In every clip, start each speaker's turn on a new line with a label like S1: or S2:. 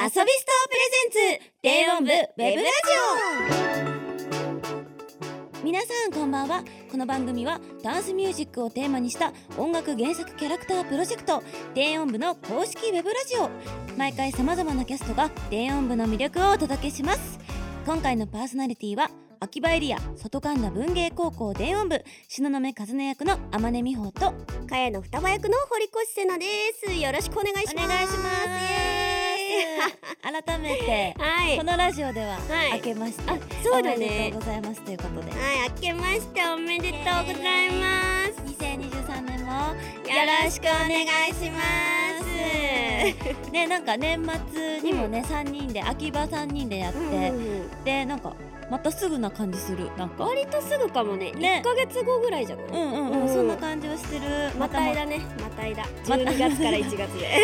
S1: 遊びストアプレゼンツ電音部ウェブラジオ皆さんこんばんはこの番組はダンスミュージックをテーマにした音楽原作キャラクタープロジェクト電音部の公式ウェブラジオ毎回さまざまなキャストが電音部の魅力をお届けします今回のパーソナリティは秋葉エリア外神田文芸高校電音部東雲和音役の天音美穂と
S2: かやの双葉役の堀越瀬奈です。よろしくお願いします。
S1: お願いしますイエーイ改めて
S2: はい。
S1: このラジオでは
S2: はい
S1: 明けまして、
S2: あ、そうだ
S1: おめで
S2: ね
S1: とう。ございますということで
S2: はい、明けましておめでとうございます。
S1: 2023年もよ
S2: よろしくお願いします。
S1: すねなんか年末にもね、三人で秋葉三人でやって、
S2: うん、
S1: でなんかまたすぐな感じするなんか
S2: 割とすぐかもね。
S1: ね
S2: 一ヶ月後ぐらいじゃない。
S1: うんうんうん、
S2: うん
S1: そんな感じはしてる
S2: またい
S1: も
S2: だね。またいだ。
S1: ま
S2: 12月から1月で。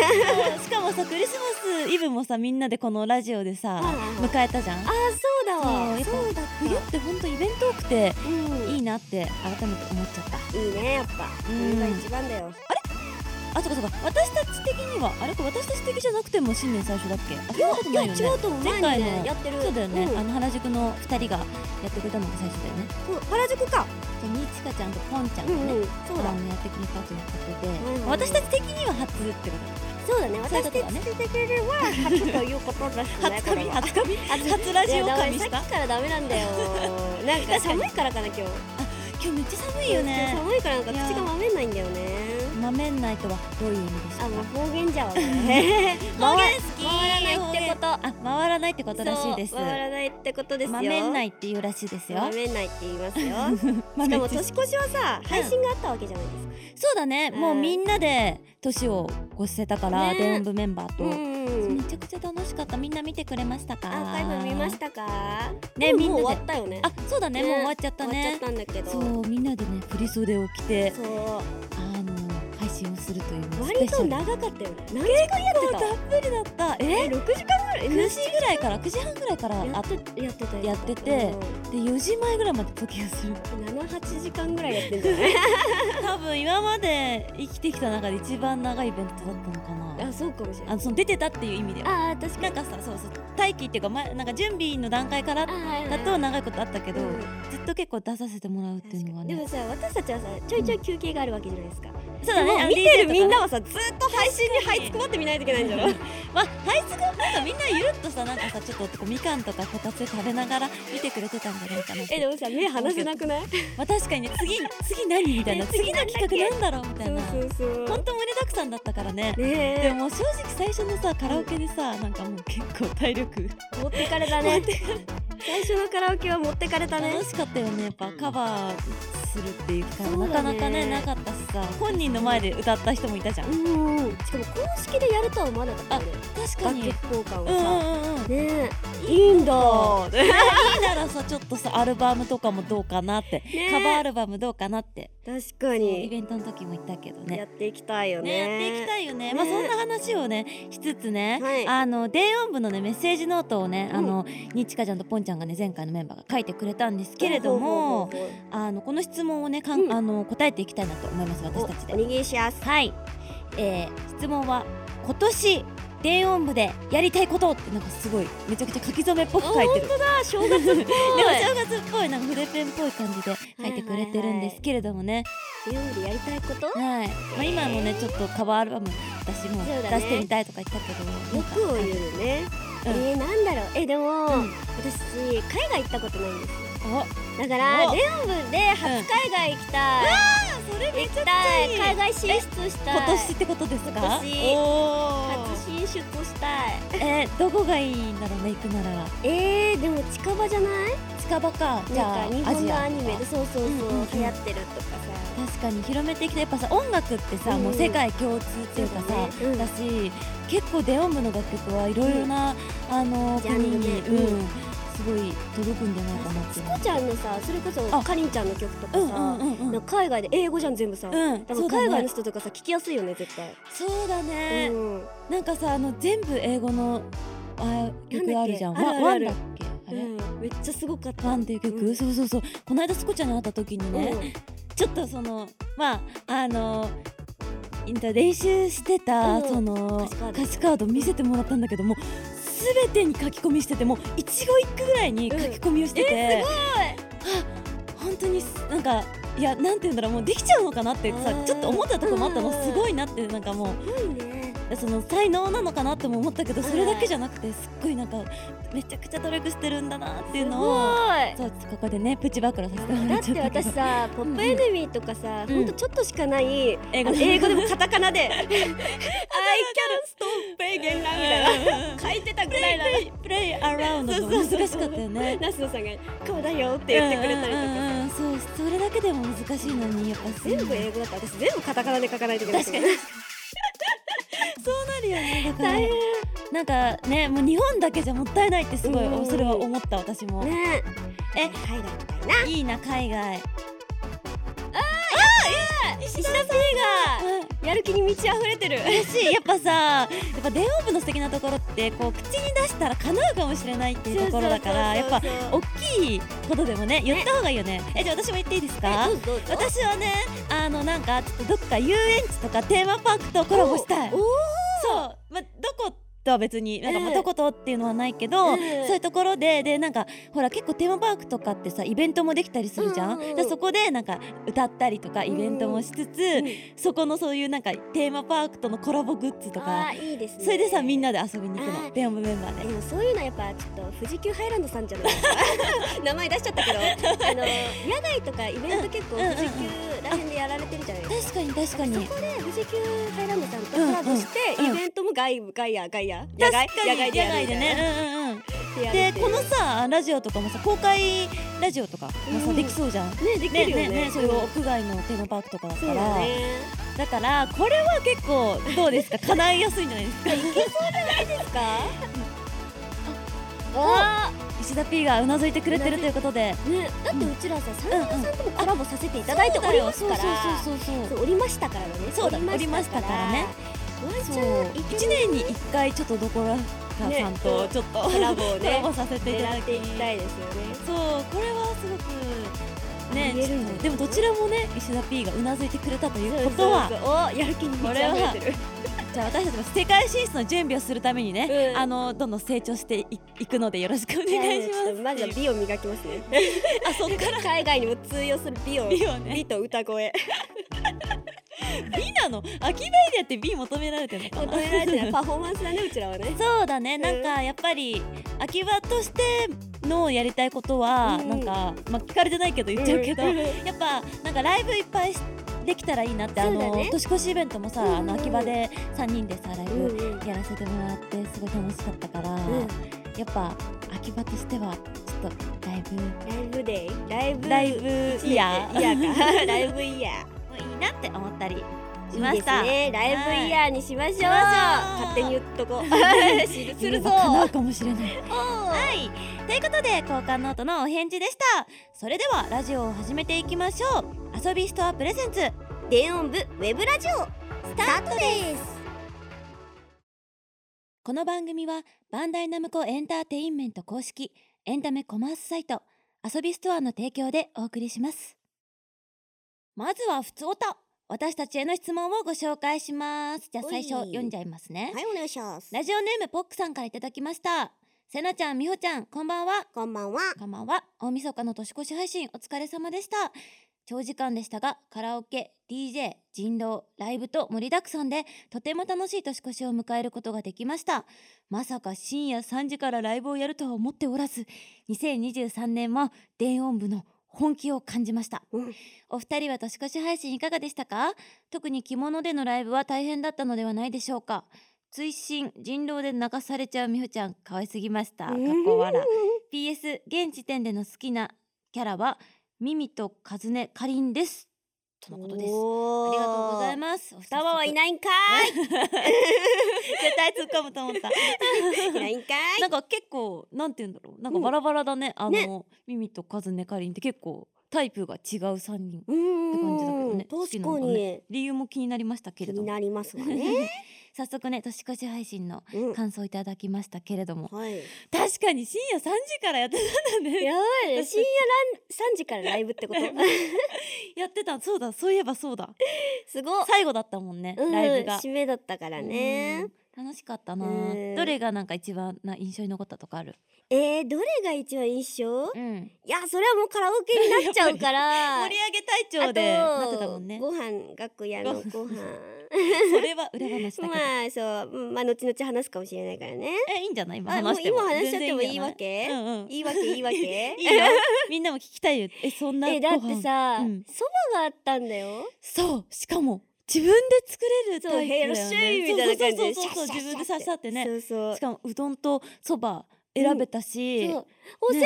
S1: そうしかもさクリスマスイブもさみんなでこのラジオでさ
S2: はいはいはい
S1: 迎えたじゃん
S2: あ、そうだわ。
S1: そう
S2: そうだ。
S1: 冬ってほんとイベント多くて
S2: うん。
S1: いいなって改めて思っちゃった
S2: いいね、やっぱ。
S1: うん
S2: 冬が一番だよ。
S1: あそうかそうか私たち的にはあれこれ私たち的じゃなくても新年最初だっけあそんなことないよね
S2: うと思
S1: 前回の
S2: やってる。
S1: そうだよね、
S2: ん
S1: あの原宿の二人がやってくれたのが最初だよね
S2: そう原宿か。
S1: じゃあにちかちゃんとぽんちゃんが
S2: う
S1: ね、
S2: んうん。そうだ
S1: あ。のやってくれたということで、
S2: うんうんうん
S1: 私たち的には初ってこ
S2: そうだね。
S1: そういうこ
S2: 私た
S1: と
S2: ち
S1: だね
S2: 的には初ということだし
S1: と
S2: ね。
S1: 初髪
S2: これは
S1: 初髪初ラ
S2: い
S1: ジ
S2: や
S1: オ
S2: だ
S1: 髪
S2: さ
S1: し
S2: ったきからダメなんだよ。なんか寒いからかな今日。
S1: 今日めっちゃ寒いよね
S2: 寒いからなんか口がまめないんだよね。
S1: まめんないとはどういう意味でしょ
S2: あ
S1: う
S2: もう
S1: か
S2: 方言じ ゃわね。
S1: 方言
S2: 回らないってこと。
S1: あ回らないってことらしいです
S2: そう回らないってことですよ。
S1: まめんないいっていうらしいですよ
S2: まめないって言いますよ。
S1: まめ
S2: しか
S1: っ
S2: も
S1: ちゃ
S2: 年越しはさ配信があったわけじゃないですか。
S1: そうだね、
S2: うん
S1: もうみんなで年を越せたから、
S2: ね
S1: 電音部メンバーと、
S2: ん
S1: めちゃくちゃ楽しかったみんな見てくれましたか
S2: アーカイブ見ましたか。
S1: ね
S2: でも
S1: みんな
S2: も
S1: で
S2: う終わったよね。
S1: あそうだね
S2: ね
S1: もう終わっちゃった
S2: 終わっちゃ
S1: ね
S2: ったんだけど。
S1: そうみんなでね振り袖を着て
S2: そう。
S1: あの配信をするというね
S2: 割と
S1: スペシャル
S2: 長かったよね。何時間やって
S1: そうたっぷりだったえ
S2: え、六時間ぐらい。
S1: 9時ぐらいから9時半ぐらいから
S2: や
S1: あ
S2: っ
S1: って
S2: てやってたよ
S1: やっててで4時前ぐらいまで時がする
S2: うん七八時間ぐらいやってんじゃない？
S1: 多分今まで生きてきた中で一番長いイベントだったのかな
S2: あ、そうかもしれな
S1: あ
S2: い。
S1: のその出てたっていう意味では
S2: あー、確か
S1: な
S2: に
S1: ん。かさそうそう待機っていうか前なんか準備の段階から
S2: あーはいはい
S1: だと長いことあったけど、
S2: うん
S1: ずっと結構出させてもらうっていうのは
S2: でも
S1: ね
S2: さ、私たちはさ、ちょいちょい休憩があるわけじゃないですか。
S1: そう
S2: で
S1: だ
S2: も
S1: ね
S2: 見て
S1: あの DJ とか
S2: るみんなはさ、ずっと配信に這いつくばって見ないといけないんじゃ ろ。
S1: まあ配信なんかみんなゆるっとさなんかさちょっとこうみかんとかこたつ食べながら見てくれてたんじゃないかなって
S2: え、でもさ、目離せなくない？
S1: まあ、確かにね次次何みたいな
S2: ね
S1: 次
S2: 次
S1: の
S2: なんだっけ
S1: 企画なんだろうみたいな
S2: そうそうそ
S1: 本当盛りだくさんだったからね
S2: う。
S1: で
S2: ね
S1: ももう正直最初のさカラオケでさなんかもう結構体力
S2: え、持ってかれたね。最初のカラオケは持ってかれたね
S1: 楽。しかったよねやっぱカバーするっていう機会
S2: そ
S1: も
S2: う
S1: なか
S2: だね
S1: なかねなかったしさ本人の前で歌った人もいたじゃん
S2: うん。しかも公式でやるとは思わなかったよね。
S1: 確か
S2: 楽
S1: に
S2: 器交換を
S1: うんう
S2: さ。
S1: ん うんうん
S2: ねえ、いいんだ。
S1: いいならさちょっとさアルバムとかもどうかなって、
S2: ね
S1: カバーアルバムどうかなって
S2: 確か
S1: イ
S2: に。
S1: ベントの時も言ったけど
S2: や
S1: ね
S2: っていきたいよ
S1: ね
S2: ね。
S1: やっていきたいよねまあそ
S2: ね
S1: んな話をねしつつね、
S2: はい
S1: あの電音部のねメッセージノートをね、
S2: うん
S1: あのにちかちゃんとぽんちゃんがね前回のメンバーが書いてくれたんですけれども
S2: ほうほうほうほ
S1: あのこの質問をねかん、
S2: うん
S1: あの答えていきたいなと思います私
S2: う、
S1: たちで
S2: おお。願いします。
S1: はい、えー、質問は今年電音部でやりたいことってなんかすごいめちゃくちゃ書き初めっぽく書いてる。
S2: あ、正 月っぽい。
S1: でも正月っぽいなんか筆ペンっぽい感じで書いてくれてるんですけれどもね。
S2: 日本でやりたいこと？
S1: はい。まあ今もねちょっとカバーアルバム私も
S2: そう
S1: 出
S2: だね
S1: してみたいとか言ったけど、なんか
S2: 欲を言うね。
S1: うん
S2: えー、なんだろう。え、でも、
S1: うん
S2: 私海外行ったことないんですよ。
S1: お、
S2: だから
S1: お
S2: レオンブで初海外行きたい。
S1: それめちゃくちゃ
S2: 行
S1: い
S2: き
S1: い。
S2: たい海外進出したい。
S1: 今年ってことですか？
S2: 今年
S1: おー
S2: 初進出したい。
S1: えー、どこがいいんだろうね行くなら
S2: えー、でも近場じゃない？
S1: 近場かじゃ
S2: な
S1: あ
S2: んか日
S1: ア
S2: 本
S1: ジ
S2: の
S1: ア
S2: アニメでそうそうそう、
S1: うんうんうん
S2: 流行ってるとかさ
S1: 確かに広めていきたいやっぱさ音楽ってさ、
S2: うん
S1: もう世界共通っていうかさ、
S2: そうだねうん
S1: だし結構デオン部の楽曲はいろいろな、あの
S2: ジャンル
S1: 国に、
S2: で
S1: うん
S2: う
S1: すごい届くんじゃないかなって
S2: チ
S1: 思う
S2: コちゃんのさそれこ
S1: あ
S2: そかりんちゃんの曲とかさ、
S1: うんうんうんうん
S2: なんか海外で英語じゃん全部さ、
S1: うん
S2: 多
S1: そ
S2: 分
S1: うだね
S2: 海外の人とかさ聞きやすいよね絶対、
S1: そうだね
S2: う、ん、
S1: なんかさあの全部英語のあ曲あるじゃん
S2: なんだっけ
S1: ワ
S2: あ
S1: ン
S2: る
S1: だっ
S2: ある
S1: けあれ、
S2: うんめっちゃすごかった
S1: ワンっていう曲、
S2: うん
S1: そうそうそうこの間スコちゃんに会った時にね、
S2: うん
S1: ちょっとそのまああの練習してた、
S2: うん
S1: その
S2: 歌詞カード
S1: 歌詞カード見せてもらったんだけどもす全てに書き込みしててもう一期一句ぐらいに書き込みをしてて、あ本当にすなんかいやなんて言うんだろうもうできちゃうのかなってさ
S2: うん
S1: ちょっと思ったとこもあったの
S2: うん
S1: すごいなってなんかも
S2: すごいね
S1: うその才能なのかなっても思ったけどそれだけじゃなくてすっごいなんかめちゃくちゃ努力してるんだなっていう
S2: す
S1: のを
S2: ご
S1: そ
S2: い
S1: うここでねプチ暴露させても
S2: だ
S1: ら
S2: っ
S1: っち
S2: て
S1: ゃったけ
S2: 私
S1: ど
S2: さ「ポップエネミー」とかさ、
S1: うん
S2: ほんとちょっとしかない、
S1: 英
S2: あの英語でもカタカナで「I can
S1: ストッ
S2: play ゲンラ」みたい
S1: み
S2: な書いてたぐらいなのに
S1: プレイアラウンドとか難しかったよね
S2: ナスノさんが「こうだよ」って言ってくれたりと
S1: うんう
S2: か
S1: んうんそうそれだけでも難しいのにやっぱすごい
S2: 全部英語だった私全部カタカナで書かないといけない
S1: 確かにそうなるよねだから
S2: 大変
S1: なんかねもう日本だけじゃもったいないってすごい
S2: うん
S1: それは思った私も、
S2: ね
S1: え
S2: 海外みたいない
S1: いな海外
S2: 石田さんが
S1: う
S2: やる気に満ち溢れてる
S1: ん嬉しいやっぱさやっぱ電音部の素敵なところってこう口に出したら叶うかもしれないっていうところだからやっぱ大
S2: っ
S1: きいことでもね言った方がいいよねえじゃあ私も言っていいですか
S2: どうぞどうぞ
S1: 私はねあのなんかちょっとどっか遊園地とかテーマパークとコラボしたいそ
S2: お
S1: う
S2: お
S1: まあどことは別になんかまあ
S2: ええ
S1: どことっていうのはないけど、
S2: ええ
S1: そういうところででなんかほら結構テーマパークとかってさイベントもできたりするじゃ
S2: うん
S1: ん、
S2: うんうん
S1: でそこでなんか歌ったりとかイベントもしつつ、そこのそういうなんかテーマパークとのコラボグッズと
S2: あ
S1: か
S2: ーいいですね
S1: それでさみんなで遊びに行く
S2: あ
S1: の
S2: ー
S1: 電音部メンバーで。
S2: でもそういうのはやっぱちょっと富士急ハイランドさんじゃないですか名前出しちゃったけどあの野外とかイベント結構
S1: うんうんうん
S2: 富士急ら辺でやられてるじゃないですか
S1: 確かに確かに
S2: そこで富士急ハイランドさんとコラボして
S1: うんうん
S2: イベントも外部外野外野野
S1: 確
S2: 外
S1: かに
S2: 野外でやるみたいな
S1: ね、うんうんうん、
S2: ってやる
S1: で
S2: っていう
S1: このさラジオとかもさ公開ラジオとかもさ、
S2: うん
S1: できそうじゃん。
S2: ねでき
S1: ね
S2: るよね
S1: ねねそれを屋外のテーマパークとかだ
S2: そ
S1: から
S2: うだ
S1: だ,、
S2: ね
S1: からこれは結構どうです か叶いやすいんじゃないですか
S2: ですか
S1: あ石田 P がうなずいてくれてるということで
S2: ねだってうちらさ三
S1: んうん
S2: 人さんともコラボさせていただいておりますから
S1: そうそうそうそうそう
S2: そうおりましたからね
S1: そうだおり
S2: ワンチ
S1: そう
S2: ャンいける
S1: 1年に1回ちょっとどこらかさんと
S2: ね
S1: ちょっと、
S2: コラボを
S1: コラ
S2: ね
S1: ボさせていただ
S2: 狙
S1: き
S2: っていきたいですよね
S1: そうこれはすごくね
S2: 言えるんだ
S1: ちょ
S2: よね
S1: っとでもどちらもね石田 P がうなずいてくれたとい
S2: そうう
S1: ことは
S2: そうそうおやる気に満ち溢れてる
S1: じゃあ私たちも世界進出の準備をするためにね、
S2: うん
S1: あのどんどん成長していいくのでよろしくお願いします。
S2: ちょ っとまずは美を磨きます ね
S1: あそっか
S2: 海外にも通用する美を
S1: 美をね
S2: 美と歌声
S1: 美なの秋葉エリアって美求められてるのかな
S2: 求められてるパフォーマンスだねうちらはね
S1: そうだね
S2: ん
S1: なんかやっぱり秋葉としてのやりたいことは、
S2: うん
S1: なんかまあ聞かれてないけど言っちゃうけど、
S2: ん
S1: やっぱなんかライブいっぱいしできたらいいなって、あ
S2: そうだ
S1: の
S2: ね
S1: 年越しイベントもさ、
S2: うんうん
S1: あの秋葉で3人でさライ
S2: うん
S1: ブ
S2: うん
S1: やらせてもらってすごい楽しかったから、
S2: うん
S1: やっぱ秋葉としてはちょっとライブ
S2: ライブデイライブ
S1: ライブイヤー
S2: イヤーか ライブイヤー
S1: もいいなって思ったりし
S2: い
S1: ま
S2: いで
S1: し
S2: す
S1: た。
S2: ねライブイヤーにしましょう
S1: しましょう
S2: 勝手に言っとこう する
S1: 夢
S2: ぞ
S1: は叶うかもしれない。はい。ということで交換ノートのお返事でした。それではラジオを始めていきましょう。遊びストアプレゼンツ
S2: 電音部ウェブラジオスタートです
S1: この番組はバンダイナムコエンターテインメント公式エンタメコマースサイト遊びストアの提供でお送りしますまずはふつおた私たちへの質問をご紹介しますじゃあ最初
S2: おい
S1: 読んじゃいますね
S2: はいお願いします
S1: ラジオネームポックさんからいただきましたせなちゃんみほちゃんこんばんは
S2: こんばんは
S1: こんばんは大晦日の年越し配信お疲れ様でした長時間でしたがカラオケ DJ 人狼ライブと盛りだくさんでとても楽しい年越しを迎えることができましたまさか深夜3時からライブをやるとは思っておらず2023年も電音部の本気を感じました、
S2: うん
S1: お二人は年越し配信いかがでしたか特に着物でのライブは大変だったのではないでしょうか追伸人狼で泣かされちゃうみほちゃん可愛すぎましたかっこ笑 PS 現時点での好きなキャラはミミとカズネカリンですとのことですありがとうござい
S2: ま
S1: ますお二
S2: タ
S1: 人
S2: ワはいないんか
S1: 絶対突っ込むと思 った
S2: いいないんかい
S1: なんか結構なんて言うんだろうなんか
S2: うん
S1: バラバラだね、あの
S2: ね
S1: ミミとカズネカリンって結構タイプが違う三人
S2: うー
S1: って感じだけどね好き
S2: 確
S1: なの
S2: か
S1: か
S2: に
S1: 理由も気になりましたけ
S2: 気
S1: れど
S2: に
S1: も
S2: なりますわね
S1: 早速ね年越し配信の
S2: うん
S1: 感想いただきましたけれども
S2: はい
S1: 確かに深夜3時からやってたんだね
S2: やばいね深夜ラン三時からライブってこ と
S1: やってたそうだそういえばそうだ
S2: すごい
S1: 最後だったもんね、
S2: うん
S1: ライブが
S2: 締めだったからね
S1: うん楽しかったな、
S2: うん
S1: どれがなんか一番な印象に残ったとかある
S2: えー、どれが一番印象
S1: うん
S2: いやそれはもうカラオケになっちゃうか ら
S1: 盛り上げ隊長でなってたもん
S2: あ
S1: ね
S2: とご飯楽屋のご飯
S1: それは裏話だけど、
S2: まあそううんまあ後々話すかもしれないからね
S1: えいいんじゃない今
S2: あも
S1: 話
S2: う
S1: しても
S2: 今話しちゃってもいいわ
S1: 全然ん
S2: け
S1: じゃないうんうん
S2: いいわけいい わけ
S1: いいよみんなも聞きたいよえそんなご飯
S2: えだってさそば、
S1: うん
S2: があったんだよ
S1: そうしかも自分で作れる
S2: そ
S1: タ
S2: う
S1: イプだよね
S2: ヘイロッシェイみたいな感じで
S1: そうそうそうそう自分でさしさってね
S2: そうそう
S1: しかもうどんとそば選べたし、
S2: そうおせちもあ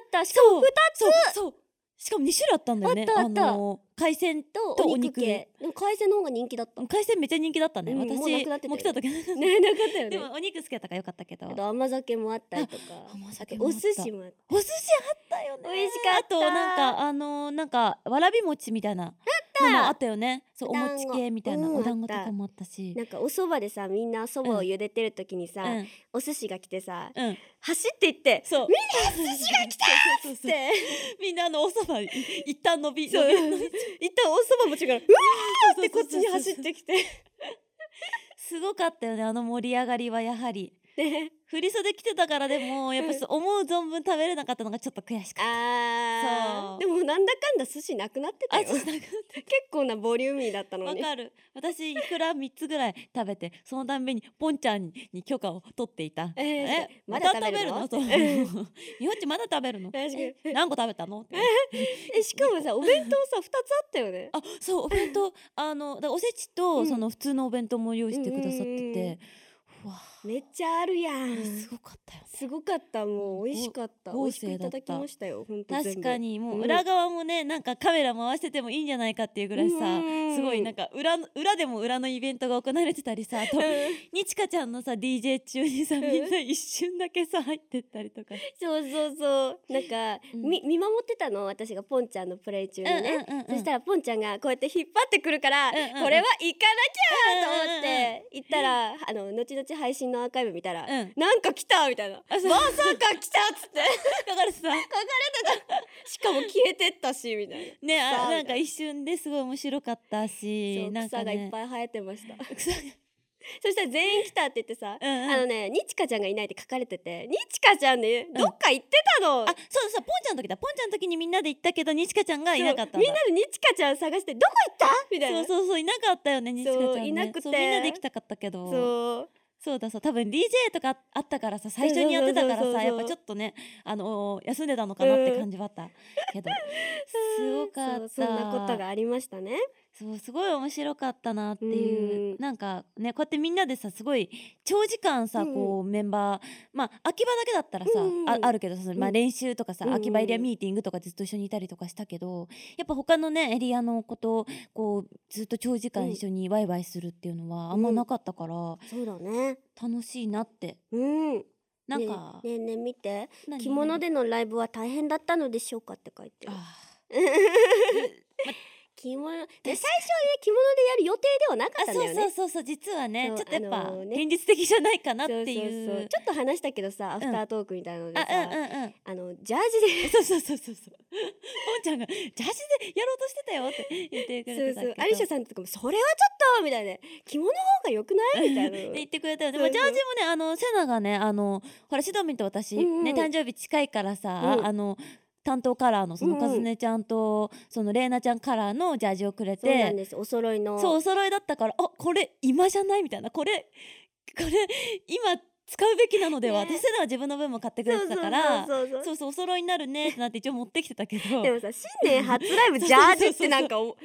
S2: った、しか
S1: そう
S2: も二
S1: そうそうしかも2種類あったんだよね
S2: あったあった
S1: の海鮮
S2: つ
S1: と
S2: と
S1: お
S2: お
S1: 肉
S2: 肉
S1: 系
S2: 系でも海鮮の方が人気 だったね
S1: 海鮮めっちゃ人気だったね、
S2: うん
S1: 私
S2: もうなくなってたよ
S1: もう来た 時なかった
S2: なかった
S1: で
S2: よね
S1: もお肉好きだったからよかったけど
S2: あと甘酒もあったりとか
S1: 甘酒もあ
S2: お
S1: った
S2: 寿司もあった
S1: お寿司あったよね
S2: 美味しかった
S1: あとなんかあのなんかわらび餅みたいなあったあったよねそうお
S2: お団子
S1: 餅系みたいな
S2: うん
S1: お団子
S2: あっ
S1: と
S2: た
S1: かもあったし
S2: なんかお蕎麦でさみんな蕎麦を茹でてる時にさ、
S1: うん
S2: お寿司が来てさ
S1: うん
S2: 走って行って
S1: そうみんな寿司が来たっ
S2: で
S1: みんなあのおそば一旦伸び
S2: そう
S1: 伸び伸び
S2: 一旦お蕎麦もちからうわーってこっちに走ってき て
S1: すごかったよねあの盛り上がりはやはり
S2: で
S1: 振り袖着てたからでもやっぱそう思う存分食べれなかったのがちょっと悔しかっ
S2: あ
S1: そう
S2: ーでもなんだかんだ寿司なくなって
S1: た
S2: た
S1: あ
S2: よ
S1: そう
S2: 結
S1: なんか
S2: 構なボリューミーだったの
S1: わ
S2: に
S1: かる私いくら3つぐらい食べてそのたんびにポンちゃんに許可を取っていた
S2: えーまだ食べるの
S1: また食べるの そうみほちまだ食べるの
S2: 確かに
S1: え何個食べたのって
S2: えしかもさお弁当さ二つあったよね
S1: あそうお弁当あのだからおせちと、
S2: うん
S1: その普通のお弁当も用意してくださって
S2: うんうんうん
S1: て、うわ
S2: めっちゃあるや
S1: あ
S2: ん
S1: すごかったよね
S2: すごかったもう美味しかった美
S1: 豪
S2: 味しく
S1: 勢
S2: い
S1: だった
S2: ただきましたよ本当
S1: 確かにもううん裏側もね、なんかカメラ回しててもいいんじゃないかっていうぐらいさ、
S2: うん
S1: すごいなんか裏の裏でも裏のイベントが行われてたりさあとにちかちゃんのさ DJ 中にさ
S2: ん
S1: みんな一瞬だけさ入ってったりとか、
S2: そうそうそうなんか、
S1: うん
S2: み見守ってたの私がポンちゃんのプレイ中にね、
S1: うんうんうん
S2: そしたらポンちゃんがこうやって引っ張ってくるから、
S1: うんうんうん
S2: これは行かなきゃと思っ
S1: うんうんうん
S2: て行ったらあの後々配信のアーカイブ見た
S1: う
S2: ら、
S1: ん
S2: なんか来たみたいなま
S1: あ
S2: さ
S1: そう
S2: か来たっ つって
S1: だからさ
S2: しかも消えてったしみたいな。
S1: ねあ
S2: 草
S1: なんか一瞬ですごい面白かったし
S2: そう
S1: なんか、
S2: 草がいっ
S1: ね、
S2: ぱい生えてました、
S1: 草が
S2: そしたら全員来たって言ってさ、
S1: うんうん
S2: あのねにちかちゃんがいないって書かれててにちかちゃんねどっか行ってたの、
S1: あそうそうポンちゃんの時だポンちゃんの時にみんなで行ったけどにちかちゃんがいなかった
S2: そうん
S1: だ
S2: みんなでにちかちゃん探してどこ行ったみたいな
S1: そうそうそういなかったよねにちかちゃん、ね、
S2: そういなくて
S1: そうみんなで行きたかったけど
S2: そう
S1: そうださ多分 DJ とかあったからさ最初にやってたから
S2: そうそうそう
S1: さ
S2: そう
S1: やっぱちょっとねあのー休んでたのかなって感じはあったけ ど、すごかった
S2: そうそんなことがありましたね
S1: そうすごい面白かったなっていう
S2: うん
S1: なんかねこうやってみんなでさすごい長時間さ、
S2: うんうん
S1: こうメンバーまあ秋葉だけだったらさ、
S2: うんうん
S1: ああるけどさ、まあ、
S2: うん
S1: 練習とかさ、
S2: うんうん
S1: 秋葉エリアミーティングとかずっと一緒にいたりとかしたけどやっぱ他のねエリアのことこうずっと長時間一緒にワイワイするっていうのはあんまなかったから、
S2: そうだね
S1: 楽しいなって
S2: うん
S1: なんか、
S2: ねねね見て
S1: 何
S2: 着物でのライブは大変だったのでしょうかって書いてる
S1: あ確かに
S2: 着物で最初はね着物でやる予定ではなか
S1: あ
S2: ったんだよね
S1: そうそうそうそう実はね
S2: そう
S1: ちょっとやっぱ、
S2: あのーね
S1: 現実的じゃないかなっていう
S2: そうそうそうちょっと話したけどさアフタートークみたいなのでさ、
S1: あうんうんうん
S2: あのジャージで
S1: そうそうそうそうそう。ポンちゃんがジャージでやろうとしてたよって言ってく
S2: そ
S1: れて
S2: う
S1: た
S2: そ
S1: けど。
S2: う有沙さんとかもそれはちょっとみたいな着物の方が良くないみたいな
S1: で
S2: の
S1: 言ってくれたよね。
S2: そ
S1: ま
S2: う
S1: あ
S2: そ
S1: ジャ
S2: う
S1: ージもねあのセナがねあのほらシドミンと私、
S2: うんうん
S1: ね誕生日近いからさ、
S2: うん
S1: あの担当カラーのその
S2: うん
S1: カズネちゃんと、そのレイナちゃんカラーのジャージをくれ
S2: そうなん
S1: て
S2: ですお揃いの
S1: そうお揃いだったからあこれ今じゃないみたいなこれこれ今使うべきなのでは、
S2: ね
S1: でセナは自分の分も買ってく
S2: そ
S1: れ
S2: う
S1: て
S2: そ
S1: たか
S2: う
S1: ら
S2: そうそうそう
S1: そうそうお揃いになるねってなって一応持ってきてたけど
S2: でもさ新年初ラ イブジャージってなんかおどこ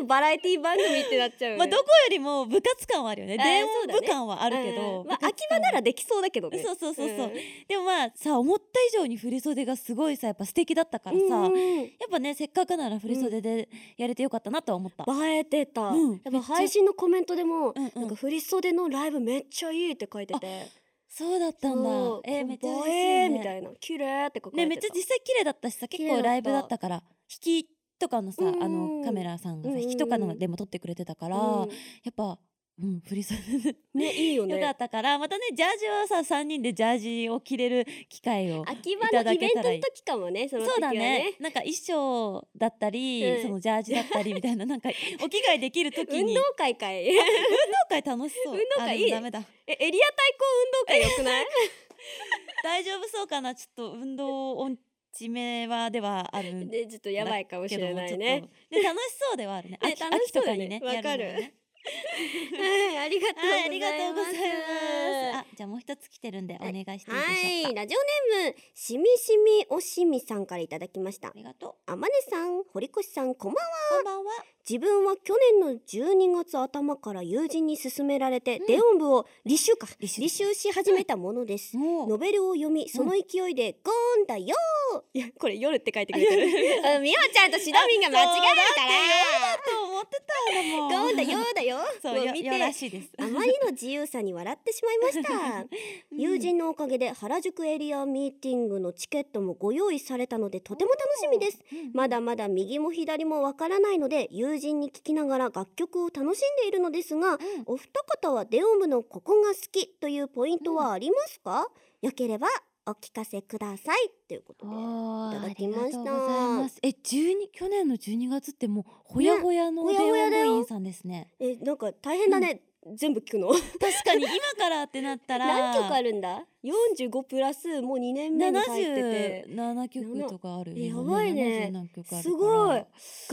S2: のバラエティ番組ってなっちゃうよね
S1: まあどこよりも部活感はあるよね
S2: あー
S1: 電
S2: そうだ
S1: 音
S2: ね
S1: 部感はあるけど、
S2: うんま
S1: 部
S2: あ
S1: 活
S2: 秋葉ならできそうだけどね
S1: そうそうそうそう、
S2: ん
S1: でもまあさ思った以上に振り袖がすごいさやっぱ素敵だったからさ、
S2: うん
S1: や
S2: うん
S1: っぱねせっかくなら振り袖でやれてよかったなとは思った、
S2: 映えてた、
S1: うん
S2: やっぱ配信のコメントで
S1: う
S2: も、
S1: んうん
S2: なんか振り袖のライブめっちゃいいって書いてて
S1: そうだったんだ
S2: そう
S1: えー、めっちゃ嬉しい
S2: 映え
S1: ね
S2: みたいな綺麗って書かれてた
S1: ねめっちゃ実際綺麗だったしさ結
S2: 綺麗だ
S1: 構
S2: った
S1: ライブだったから引きとかのさ、
S2: うん
S1: あのカメラさんがさ
S2: うん
S1: 引きとかのでも撮ってくれてたから、
S2: うん
S1: やっぱうん、振り袖
S2: ねいいよ
S1: よかったから、またね、ジャージはさ、三人でジャージを着れる機会を。
S2: 秋葉のイベントの時かもねその時
S1: そうだ
S2: は
S1: ね
S2: ね
S1: なんか衣装だったり、
S2: うん
S1: そのジャージだったりみたいな、なんか、お着替えできる時に。
S2: 運動会かいえ
S1: 会楽しそう。
S2: 運動
S1: あ
S2: 会
S1: でも
S2: いい
S1: ダメだ。
S2: エリア対抗運動会よくない
S1: 大丈夫そうかな、ちょっと運動音痴めはではあるん
S2: でちょっとやばいかもし
S1: けど
S2: れ
S1: も、
S2: な
S1: ちょっ
S2: い
S1: と。
S2: ね
S1: ね、楽しそうではあるね。
S2: ね
S1: 秋
S2: 楽し
S1: 秋
S2: そ
S1: と
S2: う
S1: か
S2: だね
S1: にね、
S2: わ
S1: や
S2: かる
S1: のもね
S2: はいありがとうございます
S1: はい、ありがとうございます。あ、じゃあもう一つ来てるんでお願いしていいでしょうか。
S2: はい、ラジオネームしみしみおしみさんからいただきました
S1: ありがと
S2: あまねさん堀越さんこんばんは
S1: う。こんばんは。
S2: 自分は去年の12月頭から友人に勧められて、
S1: うん
S2: 電音部を履修か
S1: 履修
S2: 履修し始めたものです、
S1: も
S2: ノベルを読みその勢いでゴーンだよー、いやこれ夜って書いてくれてる あのみおちゃんとしどみんが間違える
S1: と思ってたんだも
S2: からゴーンだよーだよ
S1: そう、
S2: を
S1: よ、
S2: 見
S1: よら
S2: て
S1: しいです。
S2: あまりの自由さに笑ってしまいました友人のおかげで原宿エリアミーティングのチケットもご用意されたのでとても楽しみです
S1: うん。
S2: まだまだ右も左もわからないので友人に聞きながら楽曲を楽しんでいるのですが
S1: うん
S2: お二方はデオムのここが好きというポイントはありますか、よければお聞かせくださいということで
S1: おー
S2: いただきました
S1: ありがとうございますえ、十二去年の12月ってもうほやほやの電
S2: ねほ
S1: 話
S2: やほやだ
S1: 部
S2: よ
S1: 員さんですね。
S2: えなんか大変だね、全部聞くの
S1: 確かに今からってなったら
S2: 何曲あ
S1: る？
S2: るん だ45プラスもう2年目に入ってて
S1: 77曲とかあるよね。
S2: やばいね
S1: 70何曲あるから
S2: すご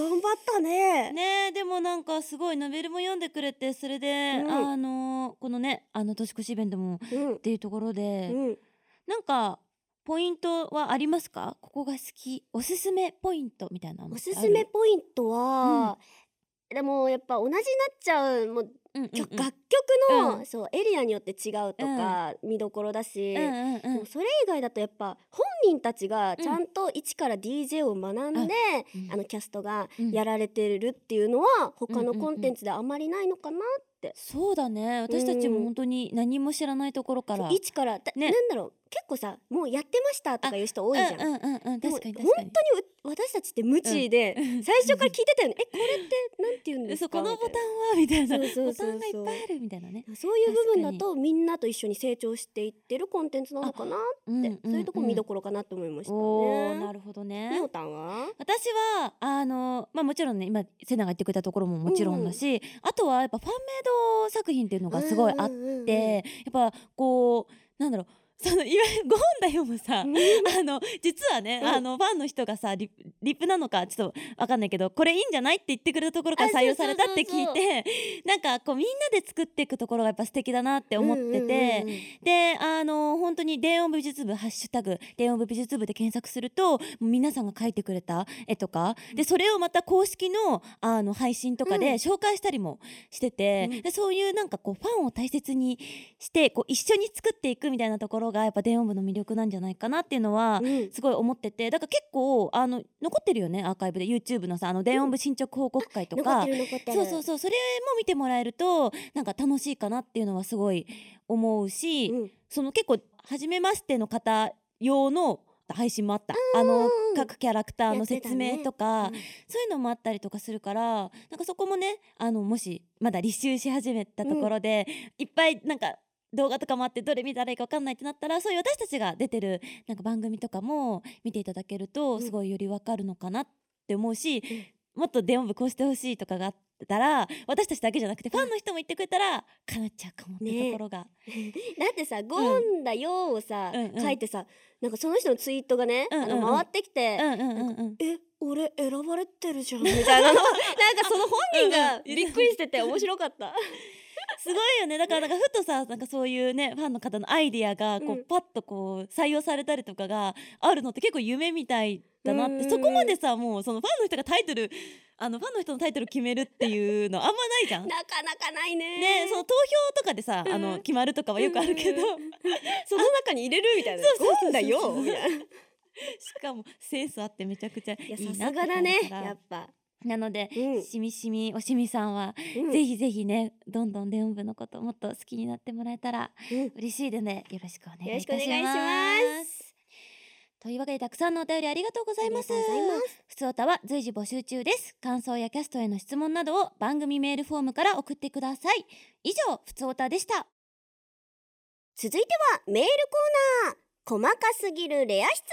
S2: い頑張ったね
S1: ねえでもなんかすごいノベルも読んでくれてそれで、
S2: うん
S1: あのこのねあの年越しイベントもっ
S2: うん
S1: ていうところで、
S2: うん、
S1: なんかポイントはありますかここが好きおすすめポイントみたいなの
S2: お
S1: って
S2: す
S1: ある
S2: すめポイントは、でもやっぱ同じになっちゃうもう
S1: うんうん
S2: 曲
S1: うん
S2: 楽曲の、
S1: うん
S2: そうエリアによって違うとか、見どころだし、
S1: うんうんうん
S2: でもそれ以外だとやっぱ本人たちがちゃんと一から DJ を学んで、
S1: うん
S2: あのキャストが
S1: うん
S2: やられてるっていうのは他
S1: うんうんう
S2: の
S1: ん
S2: コンテンツであまりないのかな、
S1: そうだね私たちも
S2: うん
S1: 本当に何も知らないところから
S2: そう一からだ、
S1: ね
S2: なんだろう結構さもうやってましたとかいう人多いじゃん。
S1: うんうんうんうん
S2: でも
S1: 確かに確かに
S2: 本当にう私たちって無知で、
S1: うん
S2: 最初から聞いてたよねえこれってなんて言うんです
S1: そ
S2: か
S1: この
S2: みた
S1: ボ
S2: い
S1: タンはみた
S2: な
S1: いな
S2: そうそう
S1: ボ
S2: そう
S1: タ
S2: そう
S1: ンがいっぱいあるみたいなね
S2: そういう部分だとみんなと一緒に成長していってるコンテンツなのかなっ
S1: うん
S2: て、
S1: んん
S2: そういうとこ見どころかなと思いましたね。
S1: おーなるほど
S2: み
S1: ね
S2: おたんは
S1: 私はあのまあもちろんね今セナが言ってくれたところももちろんだし、あとはやっぱファンメイド作品っていうのがすごいあっ
S2: うんうんうんうん
S1: て、やっぱこうなんだろうそのいわゆる「ゴーンだよ」もさ、
S2: うん
S1: あの実はね、
S2: うん
S1: あのファンの人がさリリップなのかちょっとわかんないけどこれいいんじゃないって言ってくれたところから
S2: あ
S1: 採用されたっ
S2: そう
S1: て
S2: そうそう
S1: 聞い
S2: そう
S1: てなんかこうみんなで作っていくところがやっぱ素敵だなって思ってて、
S2: うんうんうんうん
S1: であの本当に電音部美術部ハッシュタグ電音部美術部で検索するともう皆さんが描いてくれた絵とかでそれをまた公式のあの配信とか
S2: うん
S1: で紹介したりもしてて、
S2: うん
S1: でそういうなんかこうファンを大切にしてこう一緒に作っていくみたいなところがやっぱ電音部の魅力なんじゃないかなっていうのは
S2: うん
S1: すごい思っててだから結構あの残ってるよねアーカイブで YouTube のさあの電音部進捗報告会と
S2: 残っ
S1: か
S2: て。る残ってる
S1: そうそうそうそれも見てもらえるとなんか楽しいかなっていうのはすごい思うし、
S2: うん
S1: その結構初めましての方用の配信もあった、あの各キャラクターの説明とか、そういうのもあったりとかするからなんかそこもねあのもしまだ履修し始めたところで、いっぱいなんか動画とかもあってどれ見たらいいか分かんないってなったらそういう私たちが出てるなんか番組とかも見ていただける
S2: う
S1: と
S2: ん
S1: すごいより分かるのかなって思うし、もっと電音部こうしてほしいとかがあったら私たちだけじゃなくてファンの人も言ってくれたらかなっちゃうかもって
S2: ね
S1: ところが。
S2: だってさ「ゴーンだよ」をさ、
S1: うんうん
S2: 書いてさなんかその人のツイートがね、
S1: うんうんうん
S2: あの回ってきて、
S1: うんうんうんうん
S2: え俺選ばれてる じゃんみたいなのなんかその本人
S1: うん
S2: が
S1: うん
S2: びっくりしてて面白か った。
S1: すごいよねだからなんかふとさなんかそういうねファンの方のアイディアがこう、
S2: うん
S1: パッとこう採用されたりとかがあるのって結構夢みたいだなっ
S2: うんうんう
S1: て
S2: ん
S1: そこまでさもうそのファンの人がタイトルあのファンの人のタイトル決めるっていうのあんまないじゃん。
S2: なかなかないね
S1: ね、その投票とかでさ、あ
S2: う
S1: の
S2: ん
S1: 決まるとかはよくあるけど、
S2: うん その中に入れるみたいな
S1: そうそうそうそう
S2: ゴーンだよみたい
S1: し
S2: な
S1: かもセンスあってめちゃくちゃい
S2: いや
S1: いな
S2: さ
S1: って
S2: すがだね
S1: 感じから
S2: やっぱ、
S1: なので、
S2: うん
S1: しみしみおしみさんは、ぜひぜひねどんどん電音部のことをもっと好きになってもらえたら
S2: うん
S1: 嬉しいのでよろしくお願いいたします。
S2: よろしくお願いします
S1: というわけでたくさんのお便りありがとうございます
S2: ありがとうございます
S1: ふつおたは随時募集中です感想やキャストへの質問などを番組メールフォームから送ってください以上ふつおたでした
S2: 続いてはメールコーナー細かすぎるレア質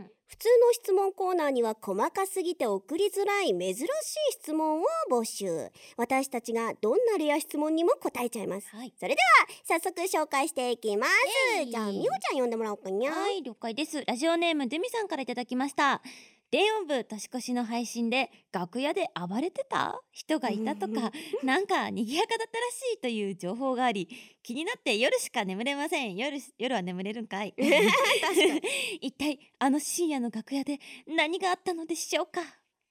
S1: うん
S2: 普通の質問コーナーには細かすぎて送りづらい珍しい質問を募集私たちがどんなレア質問にも答えちゃいます
S1: はい
S2: 早速紹介していきます、
S1: えい
S2: じゃあみおちゃん呼んでもらおうかにゃ
S1: はい了解ですラジオネームデミさんからいただきました電音部年越しの配信で楽屋で暴れてた人がいたとか なんか賑やかだったらしいという情報があり気になって夜しか眠れません夜し夜は眠れるんかい
S2: 確かに
S1: 一体あの深夜の楽屋で何があったのでしょうか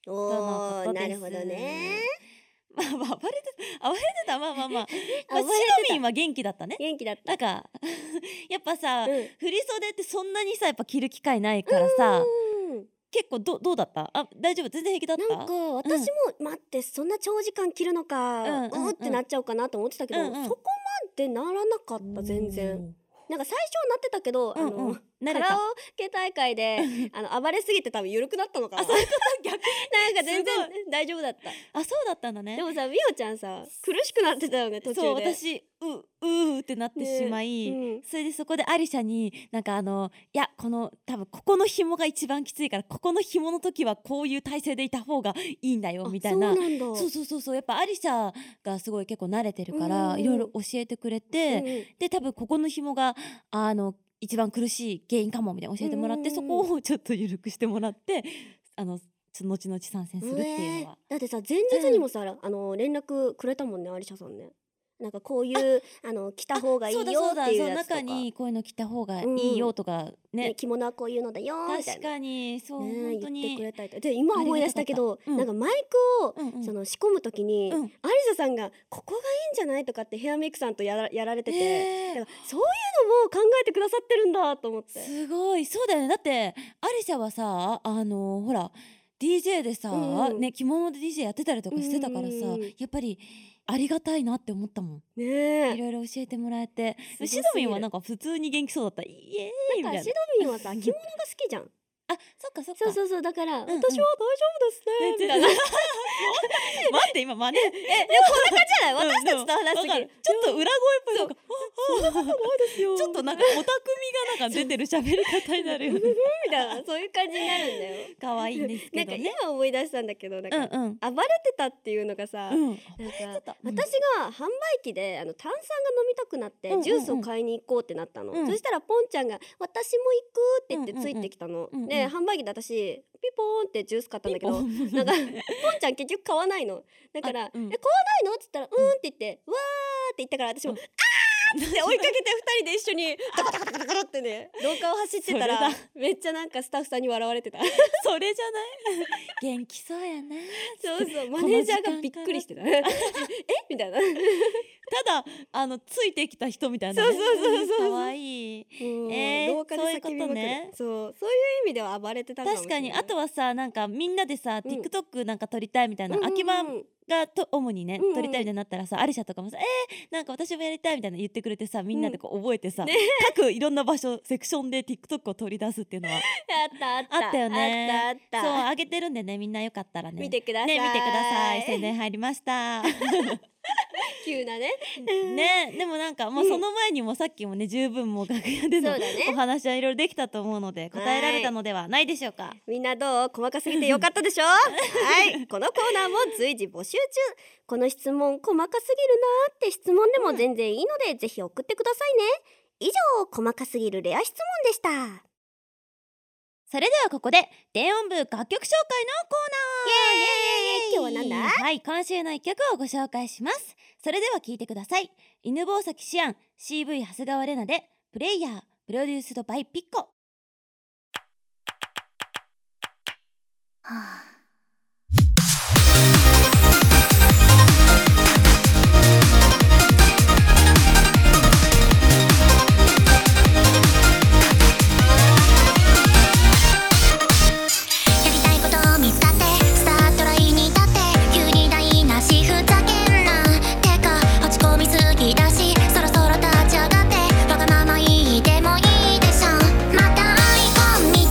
S1: との
S2: お
S1: こ
S2: ー
S1: と
S2: な
S1: です
S2: るほどね
S1: まあまあ暴れてた暴れてたまあ まあまあまあ
S2: 暴れ
S1: シ
S2: て
S1: ロミンは元気だったね
S2: 元気だった
S1: なんか やっぱさ、
S2: うん
S1: 振り袖ってそんなにさやっぱ着る機会ないからさ、
S2: うん
S1: 結構どどうだったあ大丈夫全然平気だった
S2: なんか私も、待ってそんな長時間着るのか、
S1: うんう
S2: う
S1: んうん
S2: おーってなっちゃうかなと思ってたけど、
S1: うんうん
S2: そこまでならなかった全然なんか最初はなってたけど、
S1: おーうんう
S2: あの
S1: ん慣
S2: カ
S1: れ
S2: ラ
S1: た
S2: オケ大会 であの暴れすぎて多分緩くなったのかな
S1: あそういうこと逆
S2: なんか全然
S1: す
S2: 大丈夫だった
S1: あそうだったんだ
S2: で
S1: ね
S2: もさみおちゃんさ苦しくなってたよね途中で
S1: そう私うううってなって
S2: ね
S1: しまい、
S2: うん
S1: それでそこでアリシャになんかあのいやこの多分ここの紐が一番きついからここの紐の時はこういう体勢でいた方がいいんだよ
S2: あ
S1: みたいな
S2: そうなんだ
S1: そうそうそうそうやっぱアリシャがすごい結構慣れてるから
S2: うん
S1: いろいろ教えてくれて、
S2: うんうん
S1: で多分ここの紐があの一番苦しい原因かもみたいな教えてもらって
S2: うん
S1: そこをちょっと緩くしてもらってあのちょ後々参戦するっていうのは
S2: ね。えだってさ前日にもさ、あの連絡くれたもんねアリシャさんねなんかこういうあの着た方がいいよ
S1: そ
S2: っ
S1: う
S2: て
S1: だそうだ
S2: い
S1: そうう
S2: やつとか
S1: 中にこういうの着た方がいいよとかね,、
S2: ね着物はこういうのだよみたい
S1: 確
S2: な
S1: かにそう、
S2: ねえ
S1: 本当
S2: 言ってく
S1: に、
S2: れたりとで今思い出したけど
S1: ありがたかったうん
S2: なんかマイクを、
S1: うんうん
S2: その仕込むときに、
S1: うん
S2: アリサさんが「ここがいいんじゃない?」とかってヘアメイクさんとやらやられてて、
S1: へえ
S2: だからそういうのも考えてくださってるんだと思って
S1: すごいそうだよねだってアリシャはさあのほら DJ でさ、
S2: うん
S1: ね着物で DJ やってたりとかしてたからさ、
S2: うん
S1: やっぱりありがたいなって思ったもん。い
S2: ねえ
S1: ろいろ教えてもらえて
S2: すごすぎ
S1: シ
S2: る
S1: ドミンはなんか普通に元気そうだったイエーイみ
S2: な
S1: たいな
S2: んかシドミンはさ着物が好きじゃん
S1: あそっかそっか
S2: そうそうそうだか
S1: んう
S2: ら、
S1: ん
S2: 私は大丈夫ですねみたいな
S1: ね 待って今真似
S2: え、でもこん な感じじゃない私たちと話すぎ
S1: わか
S2: る
S1: る。ちょっと裏声っぽいなんか
S2: ですよ
S1: ちょっとなんかオタクみがなんか出てる喋り方にな るよね
S2: みたいな、そういう感じになるんだよ。
S1: 可愛いんです
S2: な
S1: け
S2: んか
S1: どね
S2: 今思い出したんだけど、なん
S1: う
S2: か、
S1: んうん
S2: 暴れてたっていうのがさ、
S1: うん
S2: なんか
S1: たうん
S2: 私が販売機であの炭酸が飲みたくなって、
S1: うんうんうん
S2: ジュースを買いに行こうってなったの、
S1: うん
S2: そしたらポンちゃんが「私も行く」って言ってついてきたの、
S1: うんうんうん
S2: で販売機で私ピポーンってジュース買ったんだけど
S1: ピンポ
S2: なん
S1: ン
S2: かポンちゃん結局買わないのだから
S1: あ
S2: 「
S1: うん
S2: え買わないの?」っつったら「うん」って言って「わー」って言ったから私も「
S1: うん
S2: あー!」って追いかけて二人で一緒にタカタカタカタカタってね廊下を走ってたら
S1: そ
S2: めっちゃなんかスタッフさんに笑われ てた
S1: それじゃない元気そうやな
S2: そうそうマネージャーがびっくりしてた えみたいな
S1: ただあのついてきた人みたいなね
S2: そうそうそうそう
S1: 可愛い
S2: え
S1: えー
S2: 廊下で叫び
S1: そうい
S2: まく
S1: うこと
S2: る
S1: ね
S2: そうそういう意味では暴れてたもし
S1: 確
S2: れな
S1: か
S2: い
S1: にあとはさなんかみんなでさ、
S2: うん
S1: TikTok なんか撮りたいみたいな、
S2: うんうんうん
S1: 秋葉がと主にね
S2: うんうん
S1: 撮りたいみたいになったらさ、アリシャとかもさ「えー、なんか私もやりたい」みたいな言ってくれてさみんなでこう覚えてさ、
S2: ね
S1: 各いろんな場所セクションで TikTok を取り出すっていうのは
S2: あったあった
S1: あったよね
S2: あったあ
S1: そう
S2: った
S1: 上げてるんでねみんなよかったらね
S2: 見てくださ
S1: ね
S2: い
S1: 見てください宣伝入りました
S2: 急なね
S1: ねでもなんかもうその前にもさっきもね十分もう楽屋での
S2: そうだね
S1: お話はいろいろできたと思うので答えられたのではないでしょうか
S2: みんなどう細かすぎてよかったで しょはいこのコーナーも随時募集中この質問細かすぎるなーって質問でも全然いいので、ぜひ送ってくださいね以上細かすぎるレア質問でしたイエ
S1: それではここで電音部楽曲紹介のコーナー
S2: ーイ今日はなんだ
S1: はい今週の一曲をご紹介しますそれでは聴いてください犬坊崎シアン CV 長谷川玲奈でプレイヤープロデュースドバイピッコ
S3: やりたいことを見つかってスタートラインに立って急に台無しふざけんなてか落ち込みすぎだしそろそろ立ち上がってわがまま言いてもいいでしょまたアイコンに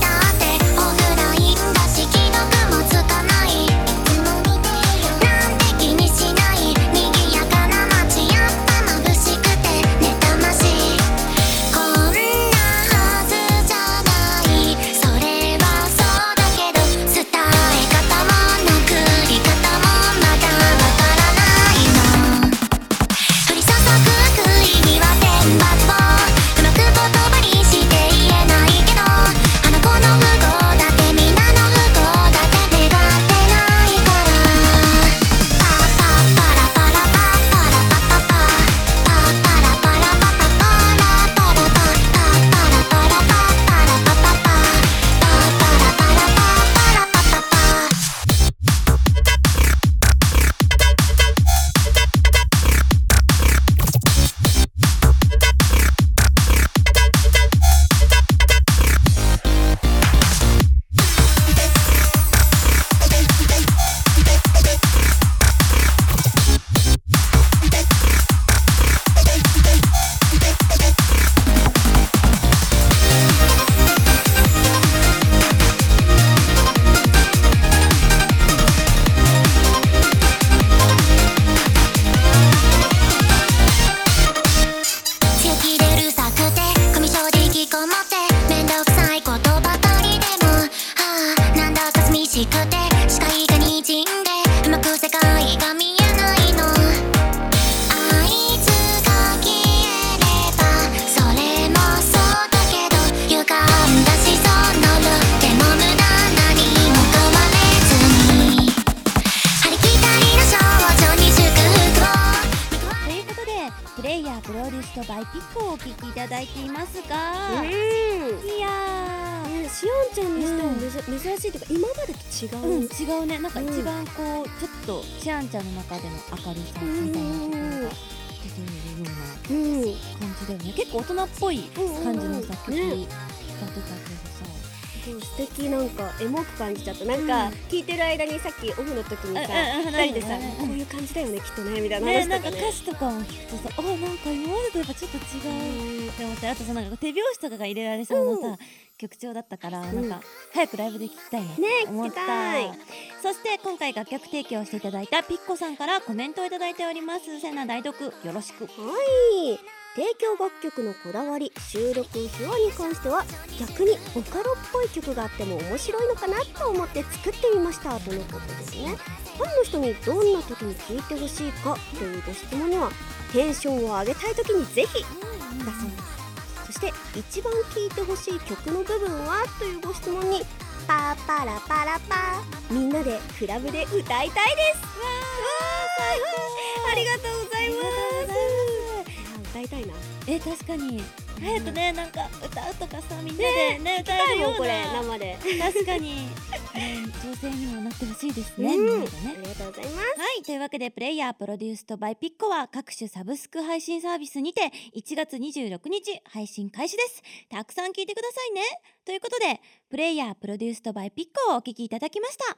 S3: しくて視界がにじんでうまく世界が見えないのあいつが消えればそれもそうだけど歪んだしそのるでも無駄何も変われずに張り切ったりの少女に祝福を
S1: ということでプレイヤープロデュースとバイピッコをお聞きいただいています
S2: う
S1: が、い
S2: ん
S1: や
S2: ねしおんちゃんにしてもめず珍しいというか今までと
S1: ーう
S2: 違
S1: ん違
S2: う
S1: うねなんか一番こうちょっとシアンちゃんの中での明るさみたいなところが出ているような
S2: うん
S1: 感じだよね結構大人っぽい感じの作
S2: うんう
S1: 品が
S2: ん
S1: 出たけ
S2: そう素敵なんかエモく感じちゃったなんか
S1: うん
S2: 聞いてる間にさっきオフの時に
S1: ど
S2: さ
S1: さうんうん
S2: 二人でさ
S1: うん
S2: こういう感じだよねきっとねみたいな
S1: ね
S2: 話
S1: なん
S2: と
S1: か
S2: か
S1: 歌
S2: ね
S1: 詞とかも聞くとさあなんか今までとやっぱちょっと違うって思ってあとさなんか手拍子とかが入れられそうなさ、
S2: う
S1: 曲調だったから、
S2: ん
S1: なんか早くライブで聞きたいなって
S2: ね
S1: 思った
S2: 聞きたい
S1: そして今回楽曲提供していただいたピッコさんからコメントをいただいておりますセナ代読よろしく
S2: はい提供楽曲のこだわり収録秘話に関しては逆にボカロっぽい曲があっても面白いのかなと思って作ってみましたとのことですねファンの人にどんな時に聴いてほしいかというご質問にはテンションを上げたい時にぜひだそうですそして一番聴いてほしい曲の部分はというご質問にパーパラパラパーみんなでクラブで歌いたいですわーありがとうございます歌いたいな
S1: え確かに早くねなんか歌うとかさみんなでね歌えるよう
S2: もうこれ
S1: な
S2: 生で
S1: 確かに、 ね、女性にもなってほしいですね、
S2: う
S1: な
S2: ん
S1: んかね
S2: ありがとうございます
S1: はいというわけでプレイヤープロデュースとバイピッコは各種サブスク配信サービスにて1月26日配信開始ですたくさん聞いてくださいねということでプレイヤープロデュースとバイピッコをお聞きいただきました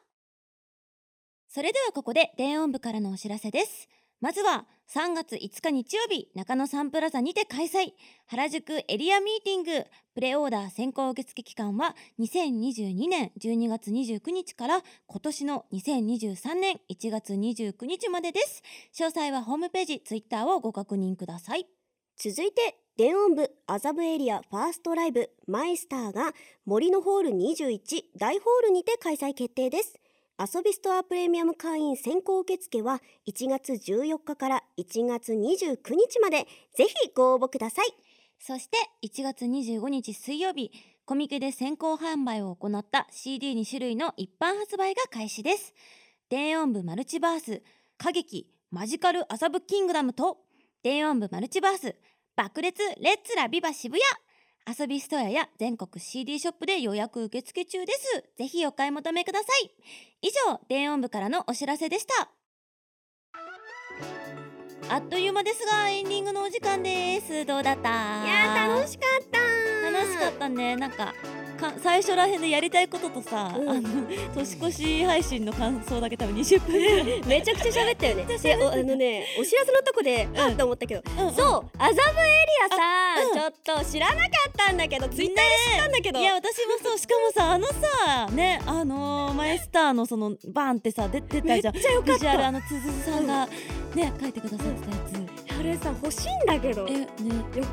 S1: それではここで電音部からのお知らせですまずは3月5日日曜日中野サンプラザにて開催原宿エリアミーティングプレオーダー先行受付期間は2022年12月29日から今年の2023年1月29日までです詳細はホームページツイッターをご確認ください
S2: 続いて電音部麻布エリアファーストライブマイスターが森のホール21大ホールにて開催決定です遊びストアプレミアム会員先行受付は1月14日から1月29日までぜひご応募ください
S1: そして1月25日水曜日コミケで先行販売を行った CD2 種類の一般発売が開始です電音部マルチバース歌劇マジカル麻布キングダムと電音部マルチバース爆裂レッツラビバ渋谷遊びストアや全国 CD ショップで予約受付中ですぜひお買い求めください以上電音部からのお知らせでしたあっという間ですがエンディングのお時間ですどうだった
S2: いやー楽しかった
S1: 楽しかったねなんかか最初らへんでやりたいこととさ、
S2: うん
S1: あの年越し配信の感想だけ多分20分ぐらい、
S2: めちゃくちゃ喋ったよね
S1: めっちゃ
S2: で
S1: 喋った
S2: おあのねお知らせのとこであっと思ったけど、そう麻布エリアさ、
S1: うん
S2: ちょっと知らなかったんだけどツイッターで知ったんだけど、
S1: いや私もそうしかもさあのさねあのーマイスターのそのバーンってさ出てたじゃん
S2: めっちゃ良かった
S1: ビジュアルあのつづづさんがね書いてくださってたやつ、
S2: あれさ欲しいんだけど
S1: え
S2: よ
S1: ね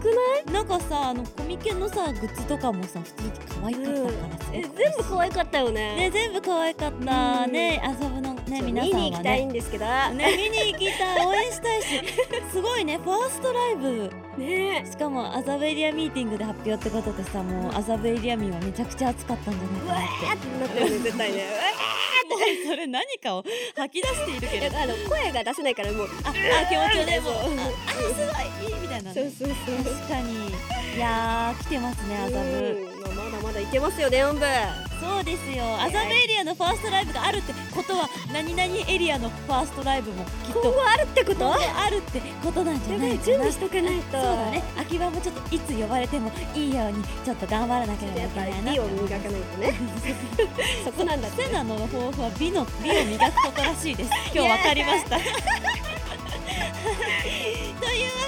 S2: くない
S1: なんかさあのコミケのさグッズとかもさ普通に可愛かったからさ、
S2: え全部可愛かったよね。
S1: ね全部可愛かった、
S2: うん
S1: ね遊ぶのね
S2: ちょ
S1: 皆さん
S2: 見に行
S1: は
S2: きた
S1: ね
S2: いんですけど。ね
S1: ね、見に行きたい応援したいしすごいねファーストライブしかも麻布エリアミーティングで発表ってことでさもう麻布エリア民はめちゃくちゃ暑かったんじゃないか
S2: う
S1: な
S2: わ
S1: って
S2: ーってなってるね絶対ね。
S1: もう それ何かを吐き出しているけ
S2: うわーいやあの声が出せないからもう。
S1: ああ気持ちをねもう
S2: そう
S1: ああすごいいいみたいな
S2: そ
S1: ね
S2: うそうそう。
S1: 確かにいやー来てますね麻布
S2: うんまあまだまだいけますよ電音部。
S1: そうですよ麻布エリアのファーストライブがあるってことは何々エリアのファーストライブもきっ
S2: 今
S1: と
S2: 後あるってこと？
S1: あるってことなんじゃ
S2: や
S1: な
S2: ば
S1: い
S2: い
S1: か
S2: 準
S1: な
S2: 備しとかないと。
S1: そうだね。秋葉もちょっといつ呼ばれてもいいようにちょっと頑張らなければ
S2: や
S1: い
S2: っ
S1: け
S2: ぱ
S1: ない
S2: り
S1: な
S2: 美を磨かないと ね。そこなんだって。
S1: セナの抱負は美の美を磨くことらしい です今日わかりましたと いうわ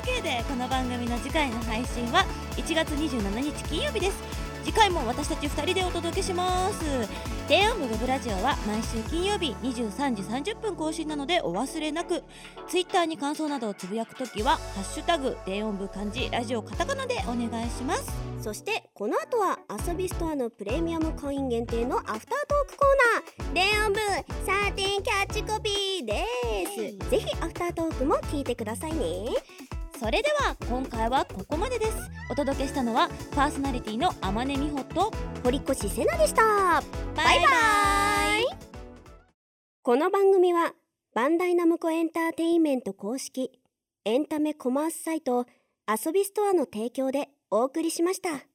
S1: けでこの番組の次回の配信は1月27日金曜日です次回も私たち2人でお届けします低音部ウェブラジオは毎週金曜日23時30分更新なのでお忘れなくツイッターに感想などをつぶやくときは「ハッシュタグ低音部漢字ラジオカタカナ」でお願いします
S2: そしてこの後は遊びストアのプレミアム会員限定のアフタートークコーナー電音部サーティンキャッチコピーですぜひアフタートークも聞いてくださいね
S1: それでは今回はここまでですお届けしたのはパーソナリティの天音美穂と
S2: 堀越瀬奈でした
S1: バイバイ
S2: この番組はバンダイナムコエンターテインメント公式エンタメコマースサイト遊びストアの提供でお送りしました。